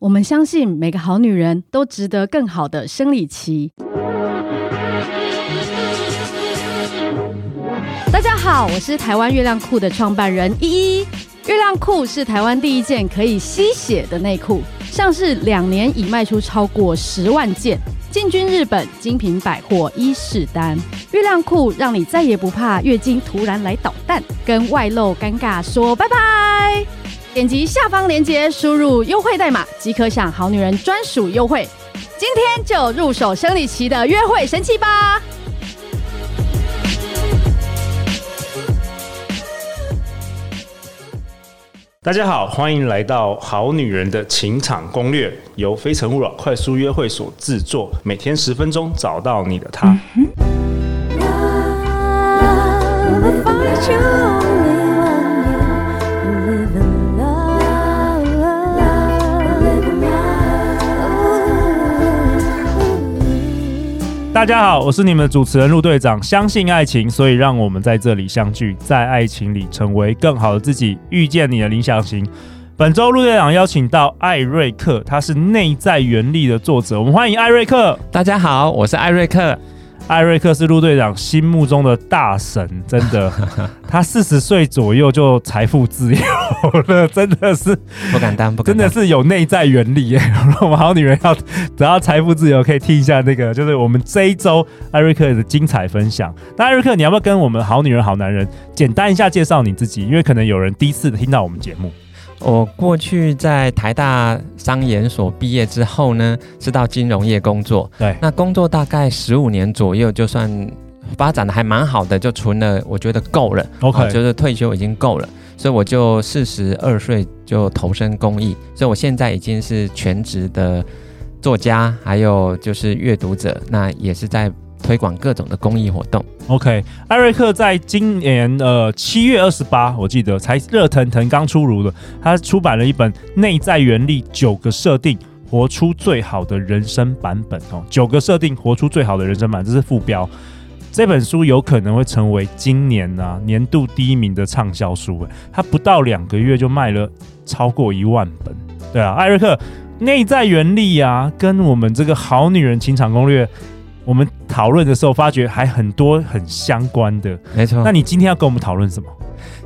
我们相信每个好女人都值得更好的生理期。大家好，我是台湾月亮裤的创办人依依。月亮裤是台湾第一件可以吸血的内裤，上市两年已卖出超过十万件，进军日本精品百货伊势丹。月亮裤让你再也不怕月经突然来捣蛋，跟外露尴尬说拜拜。点击下方链接，输入优惠代码即可享好女人专属优惠。今天就入手生理期的约会神器吧！大家好，欢迎来到《好女人的情场攻略》，由非诚勿扰快速约会所制作，每天十分钟，找到你的他。 Love will find you only one you live in love, live in love. 大家好，我是你们的主持人陆队长。相信爱情，所以让我们在这里相聚，在爱情里成为更好的自己，遇见你的理想型。本周陆队长邀请到艾瑞克，他是《内在原力》的作者，我们欢迎艾瑞克。大家好，我是艾瑞克。艾瑞克是陆队长心目中的大神，真的，他四十岁左右就财富自由了，真的是不敢当，不敢真当。的是有内在原理 耶！我们好女人要只要财富自由，可以听一下那个，就是我们这一周艾瑞克的精彩分享。那艾瑞克，你要不要跟我们好女人、好男人简单一下介绍你自己？因为可能有人第一次听到我们节目。我过去在台大商研所毕业之后呢，是到金融业工作。对那工作大概十五年左右，就算发展的还蛮好的，就存了，我觉得够了。 OK 哦就是退休已经够了，所以我就四十二岁就投身公益，所以我现在已经是全职的作家，还有就是阅读者，那也是在推广各种的公益活动。 OK，艾瑞克在今年呃七月二十八，我记得才热腾腾刚出炉的，他出版了一本《内在原力九个设定》。活出最好的人生版本哦，九个设定活出最好的人生版，这是副标。这本书有可能会成为今年啊年度第一名的畅销书，诶，它不到两个月就卖了超过一万本。对啊，艾瑞克，内在原力啊，跟我们这个好女人情场攻略，我们讨论的时候发觉还很多很相关的。没错，那你今天要跟我们讨论什么？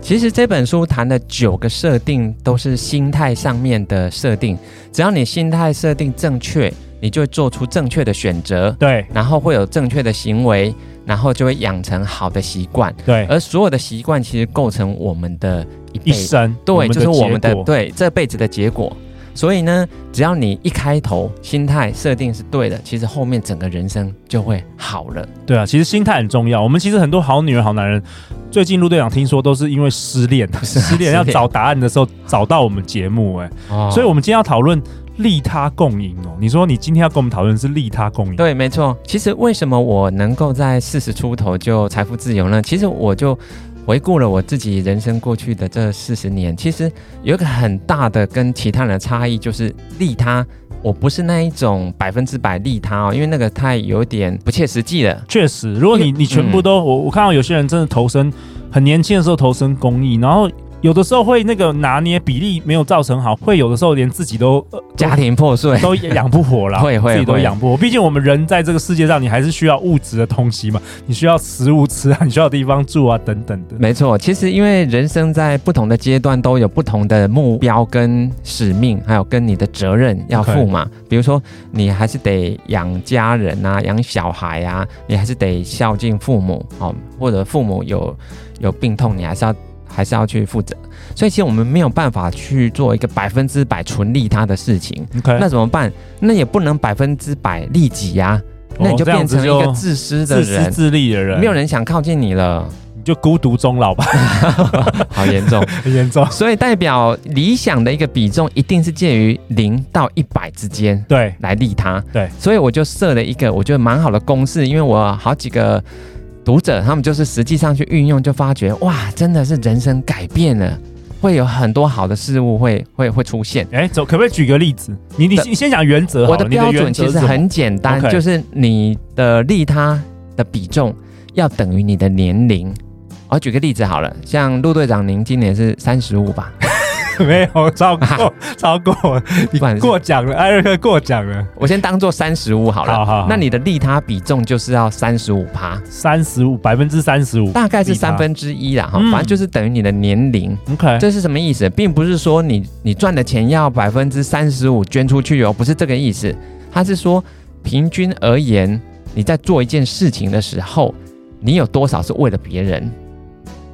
其实这本书谈的九个设定都是心态上面的设定，只要你心态设定正确，你就会做出正确的选择，对然后会有正确的行为，然后就会养成好的习惯。对，而所有的习惯其实构成我们的一一辈生对，就是我们的结果对这辈子的结果。所以呢，只要你一开头心态设定是对的，其实后面整个人生就会好了。对啊，其实心态很重要。我们其实很多好女人、好男人，最近陆队长听说都是因为失恋，是啊失恋要 失恋找答案的时候找到我们节目、哎、哦所以我们今天要讨论利他共赢哦。你说你今天要跟我们讨论是利他共赢，对，没错。其实为什么我能够在四十出头就财富自由呢？其实我就回顾了我自己人生过去的这四十年，其实有一个很大的跟其他人的差异，就是利他。我不是那一种百分之百利他哦，因为那个太有点不切实际了。确实，如果你因为嗯你全部都，我我看到有些人真的投身很年轻的时候投身公益，然后有的时候会那个拿捏比例没有造成好，会有的时候连自己都、呃家庭破碎，都养不活啦， 会会自己都会养不活。毕竟我们人在这个世界上，你还是需要物质的东西嘛，你需要食物吃啊，你需要地方住啊，等等的。没错，其实因为人生在不同的阶段都有不同的目标跟使命，还有跟你的责任要负嘛。比如说，你还是得养家人啊，养小孩啊，你还是得孝敬父母哦，或者父母有有病痛，你还是要还是要去负责。所以其实我们没有办法去做一个百分之百纯利他的事情， OK，哦那怎么办？那也不能百分之百利己呀、那你就哦这样变子成一个就自私的自私人，自利的人，没有人想靠近你了，你就孤独终老吧， 好严重。很严重。所以代表理想的一个比重一定是介于零到一百之间对，来利他。对，所以我就设了一个我觉得蛮好的公式，因为我好几个读者他们就是实际上去运用，就发觉哇，真的是人生改变了，会有很多好的事物会会会出现。哎，走，可不可以举个例子？你你的你先讲原则好我了，的你标准原则其是实什么很简单， OK 就是你的利他的比重要等于你的年龄。我举个例子好了，像陆队长，您今年是三十五吧？ 没有超过超过，你不然是过奖了，艾瑞克过奖了，我先当做三十五好了。好好好那你的利他比重就是要三十五趴，三十五百分之三十五，大概是利他三分之一啦哈，嗯哎反正就是等于你的年龄。 OK，这是什么意思？并不是说你你赚的钱要百分之三十五捐出去哦，不是这个意思。它是说平均而言，你在做一件事情的时候，你有多少是为了别人？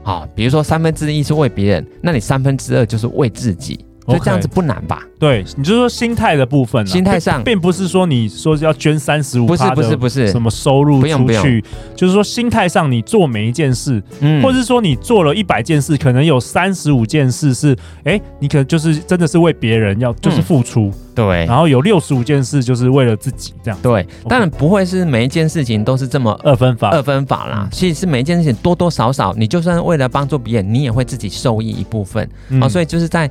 好、比如说三分之一是为别人，那你三分之二就是为自己，所以 OK 这样子不难吧？对，你就说心态的部分啊，心态上并并不是说你说要捐三十五，不是不是不是什么收入不用出不用去，就是说心态上你做每一件事，嗯或者是说你做了一百件事，可能有三十五件事是，哎，你可能就是真的是为别人要就是嗯付出，对然后有六十五件事就是为了自己这样，对，当然不会是每一件事情都是这么二分法二分法嗯啦，其实是每一件事情多多少少，你就算为了帮助别人，你也会自己受益一部分。嗯哦，所以就是在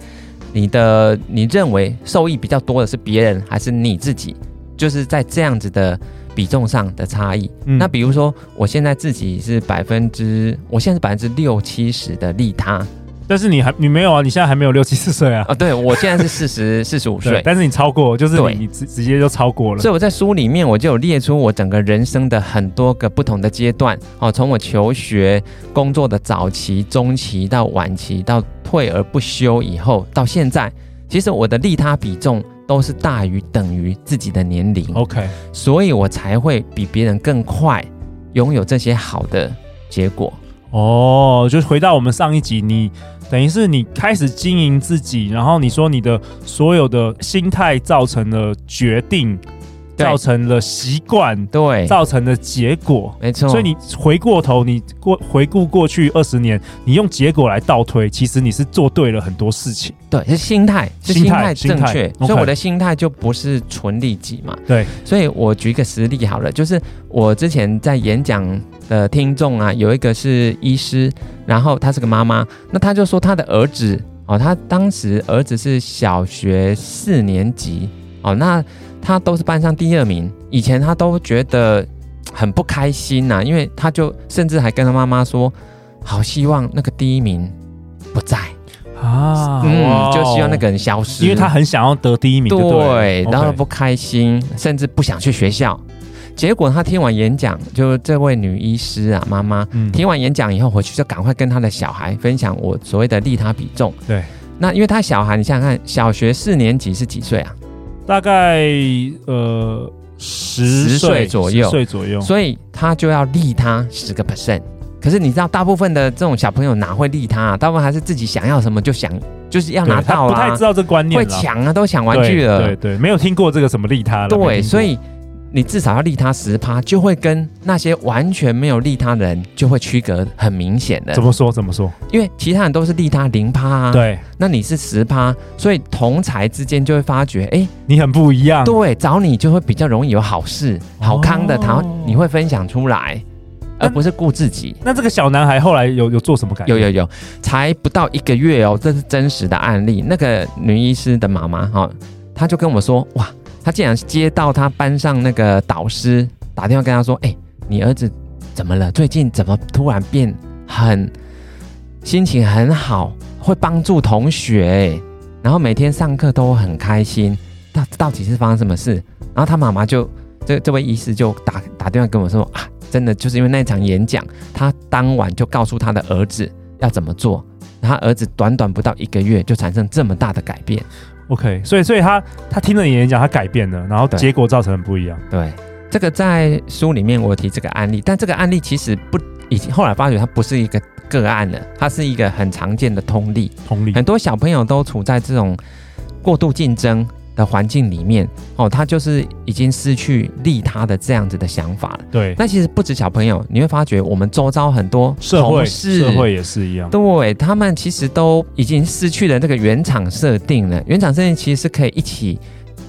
你的你认为受益比较多的是别人还是你自己，就是在这样子的比重上的差异。嗯那比如说，我现在自己是百分之，我现在是百分之六七十的利他啊、但是你还你没有啊，你现在还没有六七十岁啊，对我现在是四十四十五对岁，，但是你超过，就是对你你直直接就超过了所以我在书里面我就有列出我整个人生的很多个不同的阶段哦，从我求学、工作的早期、中期到晚期，到退而不休以后，到现在，其实我的利他比重都是大于等于自己的年龄， ，OK，所以我才会比别人更快拥有这些好的结果。哦，就是回到我们上一集，你等于是你开始经营自己，然后你说你的所有的心态造成了决定，对造成了习惯，对，造成了结果。没错。所以你回过头，你过回顾过去二十年，你用结果来倒推，其实你是做对了很多事情。对是心态，是心心态态心正态确， OK 所以我的心态就不是纯利己嘛。对，所以我举一个实例好了，就是我之前在演讲的听众啊，有一个是医师，然后她是个妈妈，那她就说她的儿子哦，她当时儿子是小学四年级哦，那他都是班上第二名，以前他都觉得嘖很不开心呐、因为他就甚至还跟他妈妈说，好希望那个第一名不在，啊哇嗯，哦就希望那个人消失，因为他很想要得第一名就了，对， OK 然后不开心，甚至不想去学校。结果他听完演讲，就是这位女医师啊，妈妈嗯听完演讲以后，回去就赶快跟他的小孩分享我所谓的利他比重。对，那因为他小孩，你想想看，小学四年级是几岁啊？大概呃十10岁左右10岁左右，所以他就要利他十个 percent。可是你知道，大部分的这种小朋友哪会利他、啊？大部分还是自己想要什么就想，就是要对拿他到不太啊知，道这观念会啦抢啊，都抢玩具了。对对对，没有听过这个什么利他了。没听过对，所以你至少要利他十趴，就会跟那些完全没有利他的人就会区隔很明显的怎，么说怎么说？因为其他人都是利他零趴呃啊，，对那你是十趴，所以同才之间就会发觉，哎、你很不一样。对，找你就会比较容易有好事、好康的，哦然后你会分享出来，而不是顾自己。那这个小男孩后来有有做什么改变？有有有，才不到一个月哦，这是真实的案例。那个女医师的妈妈哈、哦，她就跟我说，哇，她竟然接到她班上那个导师打电话跟她说，哎、你儿子怎么了？最近怎么突然变很心情很好，会帮助同学，然后每天上课都很开心，到到底是发生什么事？然后她妈妈就这这位医师就打打电话跟我说啊，真的就是因为那一场演讲，他当晚就告诉他的儿子要怎么做，然后他儿子短短不到一个月就产生这么大的改变。 OK，所以所以他他听了你演讲，他改变了，然后对结果造成不一样。对，这个在书里面我有提这个案例，但这个案例其实不已经后来发觉它不是一个个案了，它是一个很常见的通例。同理很多小朋友都处在这种过度竞争的环境里面，哦，他就是已经失去利他的这样子的想法了。对那其实不止小朋友，你会发觉我们周遭很多社会同事社会也是一样。对他们其实都已经失去了这个原厂设定了。原厂设定其实是可以一起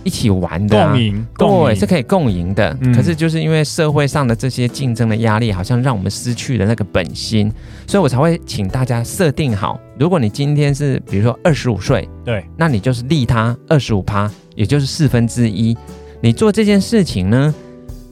一起玩的、啊，共赢共对，赢是可以共赢的。嗯可是就是因为社会上的这些竞争的压力，好像让我们失去了那个本心，所以我才会请大家设定好。如果你今天是比如说二十五岁，对那你就是利他二十五趴，也就是四分之一。你做这件事情呢，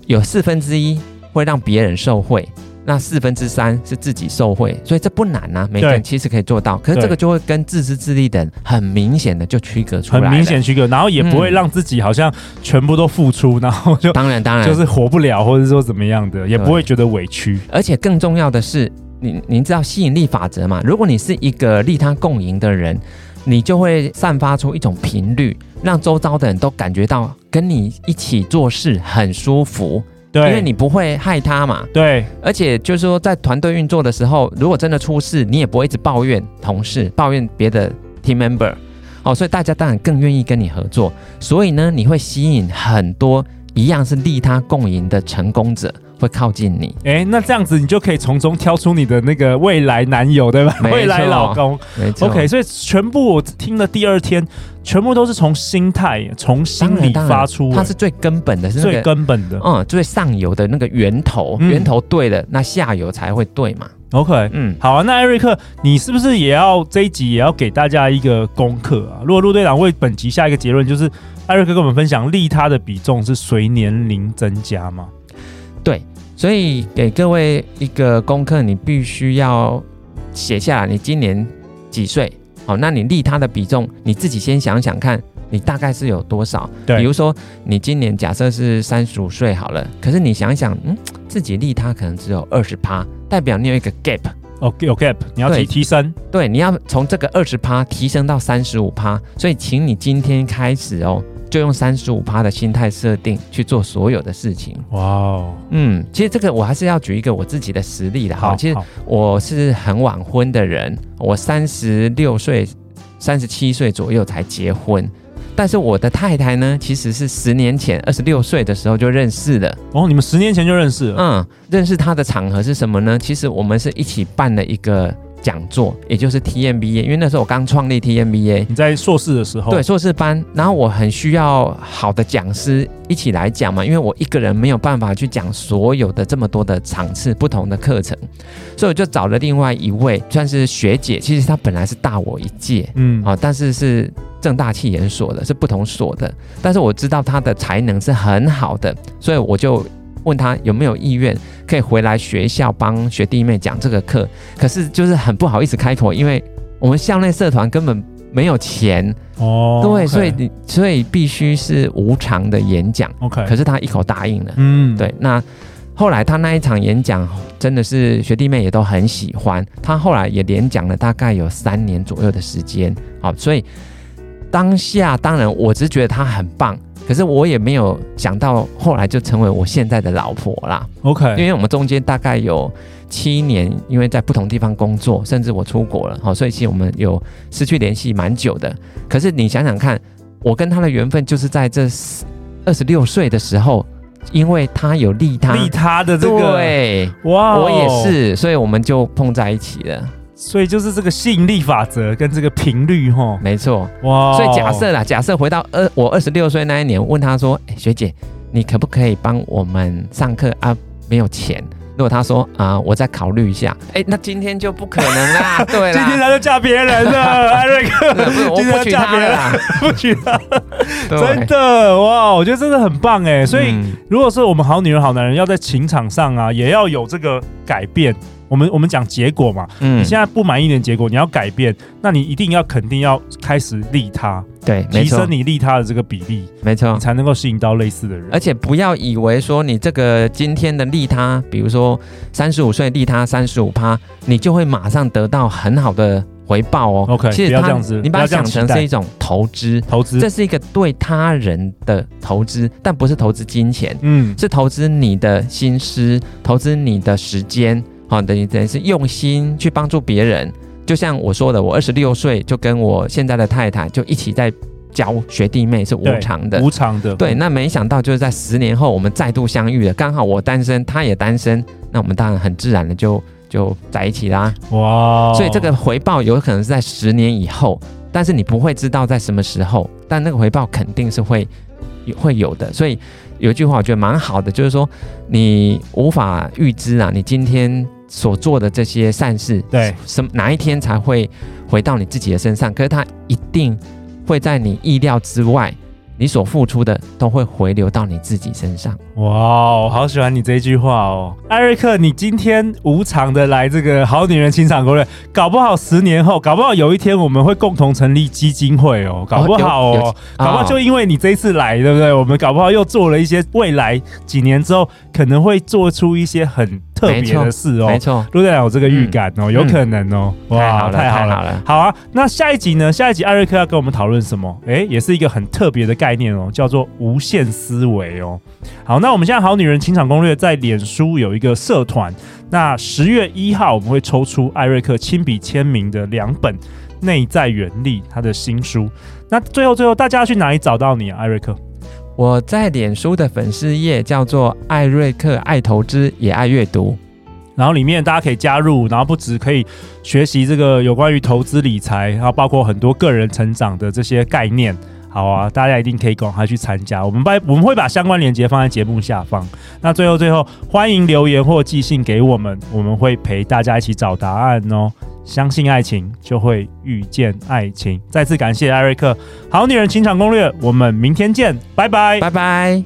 有四分之一会让别人受惠，那四分之三是自己受贿，所以这不难啊，每个人对其实可以做到。可是这对个就会跟自私自利的人很明显的就区隔出来很了明显。区隔，然后也不会嗯让自己好像全部都付出，然后就 当然，当然，就是活不了，或者说怎么样的，也哎对不会觉得委屈。而且更重要的是，你您知道吸引力法则嘛？如果你是一个利他共赢的人，你就会散发出一种频率，让周遭的人都感觉到跟你一起做事很舒服，对，因为你不会害他嘛。对而且就是说，在团队运作的时候，如果真的出事，你也不会一直抱怨同事、抱怨别的 team member。哦，所以大家当然更愿意跟你合作，所以呢，你会吸引很多一样是利他共赢的成功者会靠近你。哎，那这样子你就可以从中挑出你的那个未来男友，对吧？没错未来老公。没错 OK，所以全部我听了第二天，全部都是从心态、从心当然理当然发出，它是最根本的，是那最个根本的。嗯最上游的那个源头，嗯源头对了，那下游才会对嘛。 OK，嗯，好啊，那艾瑞克，你是不是也要这一集也要给大家一个功课啊？如果陆队长为本集下一个结论，就是艾瑞克跟我们分享利他的比重是随年龄增加吗？所以给各位一个功课，你必须要写下来，你今年几岁？好，那你利他的比重，你自己先想想看，你大概是有多少？对比如说你今年假设是三十五岁好了，可是你想一想，嗯，自己利他可能只有二十趴，代表你有一个 gap。哦，有 gap，你要提对提升，对，你要从这个二十趴提升到三十五趴，所以请你今天开始哦，就用三十五趴的心态设定去做所有的事情。哇哦，嗯，其实这个我还是要举一个我自己的实例的哈。其实好我是很晚婚的人，我三十六岁、三十七岁左右才结婚，但是我的太太呢，其实是十年前二十六岁的时候就认识了。哦，你们十年前就认识了，嗯，认识他的场合是什么呢？其实我们是一起办了一个讲座，也就是 TMBA，因为那时候我刚创立 TMBA，你在硕士的时候，对，硕士班，然后我很需要好的讲师一起来讲嘛，因为我一个人没有办法去讲所有的这么多的场次、不同的课程，所以我就找了另外一位算是学姐，其实她本来是大我一届，嗯，好、但是是正大气研所的，是不同所的。但是我知道他的才能是很好的，所以我就问他有没有意愿可以回来学校帮学弟妹讲这个课。可是就是很不好意思开口，因为我们校内社团根本没有钱，哦，对 OK 所以你所以必须是无偿的演讲。 OK，可是他一口答应了。嗯，对，那后来他那一场演讲真的是学弟妹也都很喜欢，他后来也连讲了大概有三年左右的时间，好，所以当下当然我只是觉得他很棒。可是我也没有想到，后来就成为我现在的老婆啦。因，OK，为我们中间大概有七年，因为在不同地方工作，甚至我出国了，好，所以其实我们有失去联系蛮久的。可是你想想看，我跟他的缘分就是在这二十六岁的时候，因为他有利他，利他的这个，对。哇哦我也，是，所以我们就碰在一起了，所以就是这个吸引力法则跟这个频率，吼，没错。哇哦，所以假设啦，假设回到二我二十六岁那一年，问他说：“哎、学姐，你可不可以帮我们上课啊？没有钱。”如果他说啊、我再考虑一下，哎、那今天就不可能 啦，对今天啦，他就嫁别人了， 艾瑞克，不是我今天不要娶嫁她别了人啦，不娶她，真对，的哇，哦我觉得真的很棒哎，所以嗯如果是我们好女人、好男人要在情场上啊，也要有这个改变。我们我们讲结果嘛，你嗯现在不满意你的结果，你要改变，那你一定要肯定要开始利他，对，没提错升，你利他的这个比例，没错你。才能够吸引到类似的人。而且不要以为说你这个今天的利他，比如说三十五岁利他三十五趴，你就会马上得到很好的回报哦。 OK，其不实要它这样子你把不要它这样想期成待是一种投资，投资这，是一个对他人的投资，但不是投资金钱，嗯，是投资你的心思，投资你的时间，好、等于等于是用心去帮助别人。就像我说的，我二十六岁就跟我现在的太太就一起在教学弟妹，是无对偿的。无偿的，对，那没想到就是在十年后我们再度相遇了，刚好我单身，他也单身，那我们当然很自然的就就在一起啦。哇，哦所以这个回报有可能是在十年以后，但是你不会知道在什么时候，但那个回报肯定是会会有的。所以有一句话我觉得蛮好的，就是说你无法预知啊，你今天所做的这些善事，对，什么哪一天才会回到你自己的身上，可是它一定会在你意料之外。你所付出的都会回流到你自己身上。哇，我好喜欢你这一句话哦，艾瑞克，你今天无偿的来这个《好女人情场攻略》，搞不好十年后，搞不好有一天我们会共同成立基金会哦，搞不好有有哦，搞不好啊就因为你这一次来，对不对？我们搞不好又做了一些未来几年之后可能会做出一些很特别没错的事哦没。错，嗯陆队长有这个预感哦，有可能哦，太好了，太好太了好。了。好啊，那下一集呢？下一集艾瑞克要跟我们讨论什么？诶，也是一个很特别的概念哦，叫做无限思维哦。好，那我们现在《好女人情场攻略》在脸书有一个社团，那十月一号我们会抽出艾瑞克亲笔签名的两本《内在原力》他的新书。那最后最后，大家要去哪里找到你啊，艾瑞克？我在脸书的粉丝页叫做艾瑞克爱投资也爱阅读，然后里面大家可以加入，然后不止可以学习这个有关于投资理财，然后包括很多个人成长的这些概念。好啊，大家一定可以赶快去参加。我们把我们会把相关链接放在节目下方。那最后最后，欢迎留言或寄信给我们，我们会陪大家一起找答案哦。相信爱情，就会遇见爱情。再次感谢艾瑞克，《好女人情场攻略》，我们明天见，拜拜。拜拜。